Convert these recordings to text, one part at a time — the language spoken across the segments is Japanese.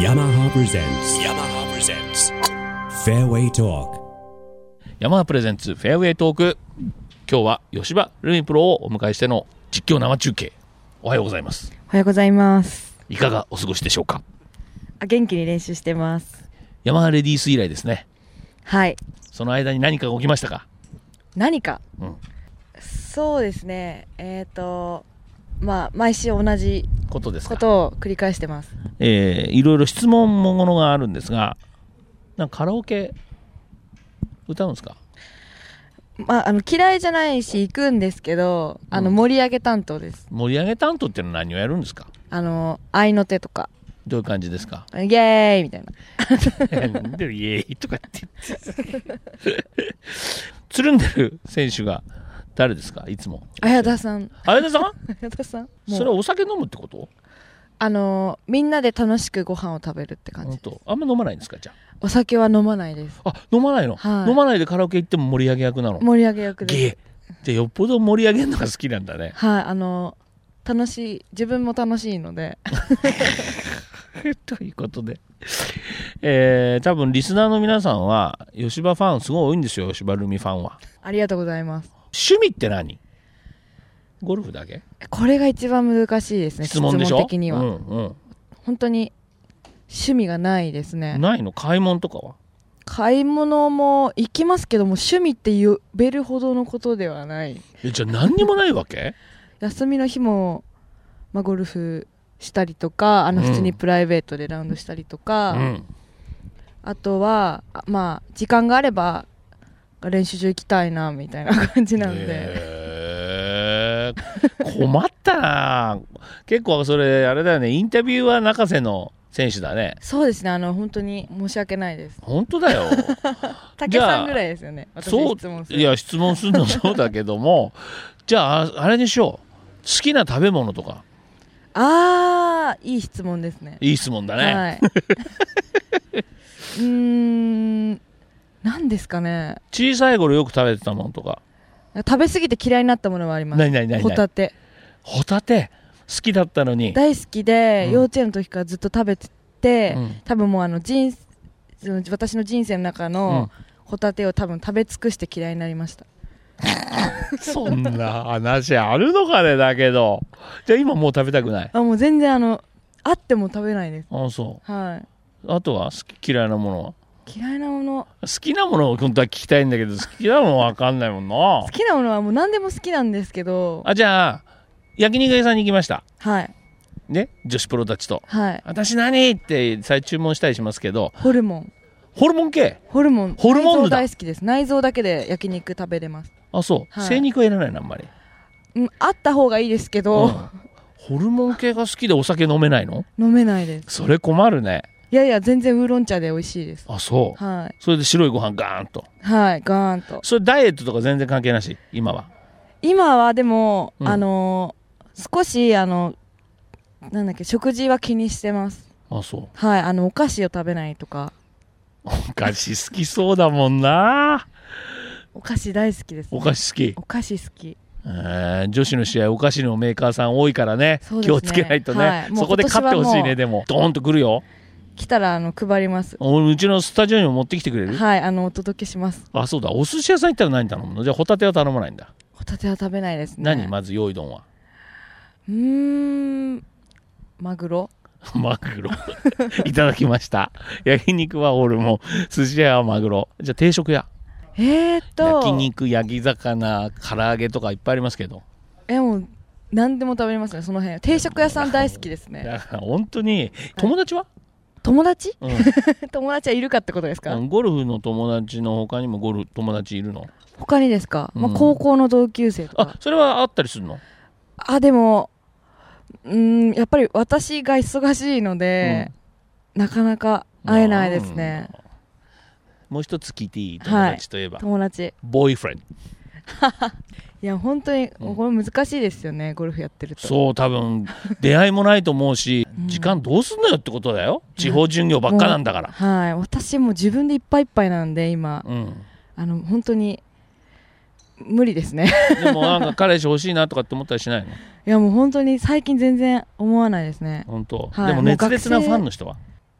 yamaha presents yamaha presents fairway talk ヤマハプレゼンツフェアウェイトーク今日は吉羽ルミプロをお迎えしての実況生中継おはようございますおはようございます。いかがお過ごしでしょうかあ、元気に練習してます。ヤマハレディース以来ですねはい。その間に何かが起きましたか何か。うんそうですね。えっ、と、まあ、毎週同じことですかことを繰り返してます。えーいろいろ質問ものがあるんですがなんかカラオケ歌うんですかまあ、あの、嫌いじゃないし、行くんですけど、あの、うん盛り上げ担当です。盛り上げ担当っていうのは何をやるんですかあの、合いの手とか、どういう感じですかイエーイみたいな。なん でイエーイとかって言って つるんでる選手が誰ですかいつも綾田さん。綾田さん綾田さんもそれはう、お酒飲むってことあの、みんなで楽しくご飯を食べるって感本じ。当あんま飲まないんですかじゃお酒は飲まないです。ああ飲まないの、はい飲まないでカラオケ行っても盛り上げ役なの盛り上げ役です。ゲーじゃあよっぽど盛り上げるのが好きなんだね はい、あの、楽しい、自分も楽しいので。ということでえー、多分リスナーの皆さんは吉羽ファンすごい多いんですよ吉羽ルミファンはありがとうございます。趣味って何ゴルフだけこれが一番難しいですね。質問でしょ的には、うん本当に趣味がないですうねん、。ないの買い物とかは買い物も行きますけども趣味って呼べるほどのことではない。えじゃあ何にもないわけ休みの日もまあゴルフしたりとか、あのうん普通にプライベートでラウンドしたりとうか、んあとはあまあ時間があれば練習場行きたいなみたいな感じなんで。へー困ったな結構それあれだよねインタビューは中瀬の選手だねそうですね。あの本当に申し訳ないです。本当だよ竹さんぐらいですよね。 私そう質問する。いや質問するのそうだけどもじゃあああれにしよう好きな食べ物とかああいい質問ですねいい質問だね、はいうーん何ですかね小さい頃よく食べてたものとか食べ過ぎて嫌いになったものはあります何何何ホタ何テホタテ好きだったのに大好きで、うん幼稚園の時からずっと食べてて、うん多分もうあの人その私の人生の中のホタテを多分食べ尽くして嫌いになりましたそんな話あるのかねだけどじゃあ今もう食べたくないあもう全然あのあっても食べないですあそはうあとは好き嫌いなものはい嫌いなもの好きなものを本当は聞きたいんだけど好きなものわかんないもんな好きなものはもう何でも好きなんですけどあじゃあ焼肉屋さんに行きましたはいね女子プロたちとはい私何って再注文したりしますけどホルモンホルモン系ホルモンホルモン内部臓だ大好きです内臓だけで焼肉食べれます、あそう、はい精肉はいらないなあんまり、うん、あった方がいいですけうんど、ホルモン系が好きでお酒飲めないの飲めないですそれ困るねいやいや全然ウーロン茶で美味しいですあそう、はいそれで白いご飯ガーンとはいガーンとそれダイエットとか全然関係なし今は今はでも、うんあのー少しあのなんだっけ食事は気にしてますあそうはいあのお菓子を食べないとかお菓子好きそうだもんなお菓子大好きです、ね、お菓子好きお菓子好きえー女子の試合お菓子のメーカーさん多いからねそうです気ねをつけないとね、はいもうそこで勝ってほしい今年はもねうでもドーンとくるよ来たらあの配りますおうちのスタジオにも持ってきてくれる、はいあのお届けしますあそうだお寿司屋さん行ったら何頼むのじゃあホタテは頼まないんだ、ホタテは食べないですね何まず用意丼は うーんマグロマグロ いただきました焼肉はホルモン寿司屋はマグロじゃあ定食屋えー、っと焼肉焼き魚唐揚げとかいっぱいありますけどえもう何でも食べれますねその辺定食屋さん大好きですねだから本当に友達 は、友達 うん友達はいるかってことですか、うんゴルフの友達の他にもゴルフ友達いるの他にですか、まうんあ、高校の同級生とあかそれはあったりするのあでもうーんやっぱり私が忙しいので、なかなか会えないですねうん。もう一つ聞いていい友達といえば、友達ボーイフレンド。いや本当に、うんこれ難しいですよねゴルフやってるとそう、多 分、出会いもないと思うし、うん時間どうすんのよってことだよ。地方巡業ばっかなんだから。はい私もう自分でいっぱいいっぱいなんで今うん。あの本当に無理ですね でも、なんか彼氏欲しいなとかって思ったりしないのいやもう本当に最近全然思わないですね。本当。はいでも、もう熱学生烈なファンの人は。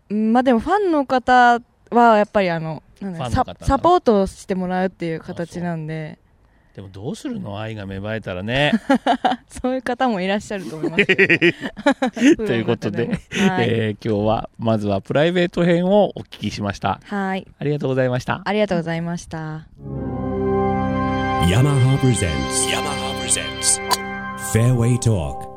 うんまあでもファンの方はやっぱりあのなんだファンのサ方のサポートしてもらうっていう形な んででもどうするの愛が芽生えたらね。そういう方もいらっしゃると思 います。 ということで、はい、えー今日はまずはプライベート編をお聞きしました。はい、ありがとうございました。ありがとうございました。 yamaha presents yamaha presents fairway talk